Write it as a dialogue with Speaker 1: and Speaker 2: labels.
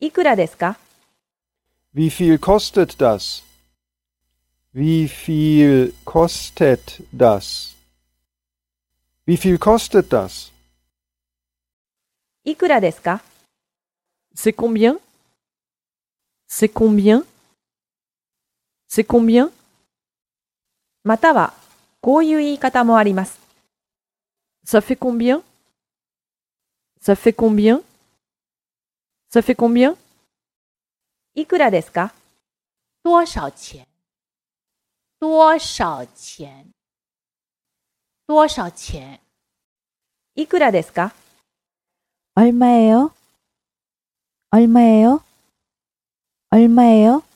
Speaker 1: いくらですか
Speaker 2: Wie viel kostet das? Wie viel kostet das? Wie viel kostet das?
Speaker 1: いくらですか
Speaker 3: C'est combien C'est combien C'est combien
Speaker 1: または、こういう言い方もあります。
Speaker 3: Ça fait combien Ça fait combien Ça fait combien
Speaker 1: いくらですか
Speaker 4: 多少钱？多少钱？多少钱？
Speaker 1: いくらですか
Speaker 5: 얼마예요? 얼마예요? 얼마예요?